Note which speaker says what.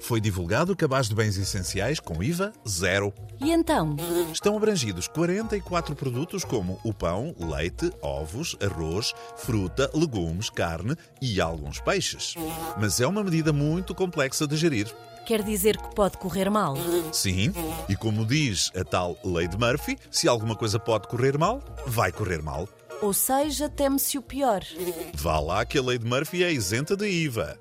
Speaker 1: Foi divulgado o cabaz de bens essenciais com IVA zero.
Speaker 2: E então?
Speaker 1: Estão abrangidos 44 produtos como o pão, leite, ovos, arroz, fruta, legumes, carne e alguns peixes. Mas é uma medida muito complexa de gerir.
Speaker 2: Quer dizer que pode correr mal.
Speaker 1: Sim, e como diz a tal lei de Murphy, se alguma coisa pode correr mal, vai correr mal.
Speaker 2: Ou seja, teme-se o pior.
Speaker 1: Vá lá que a lei de Murphy é isenta de IVA.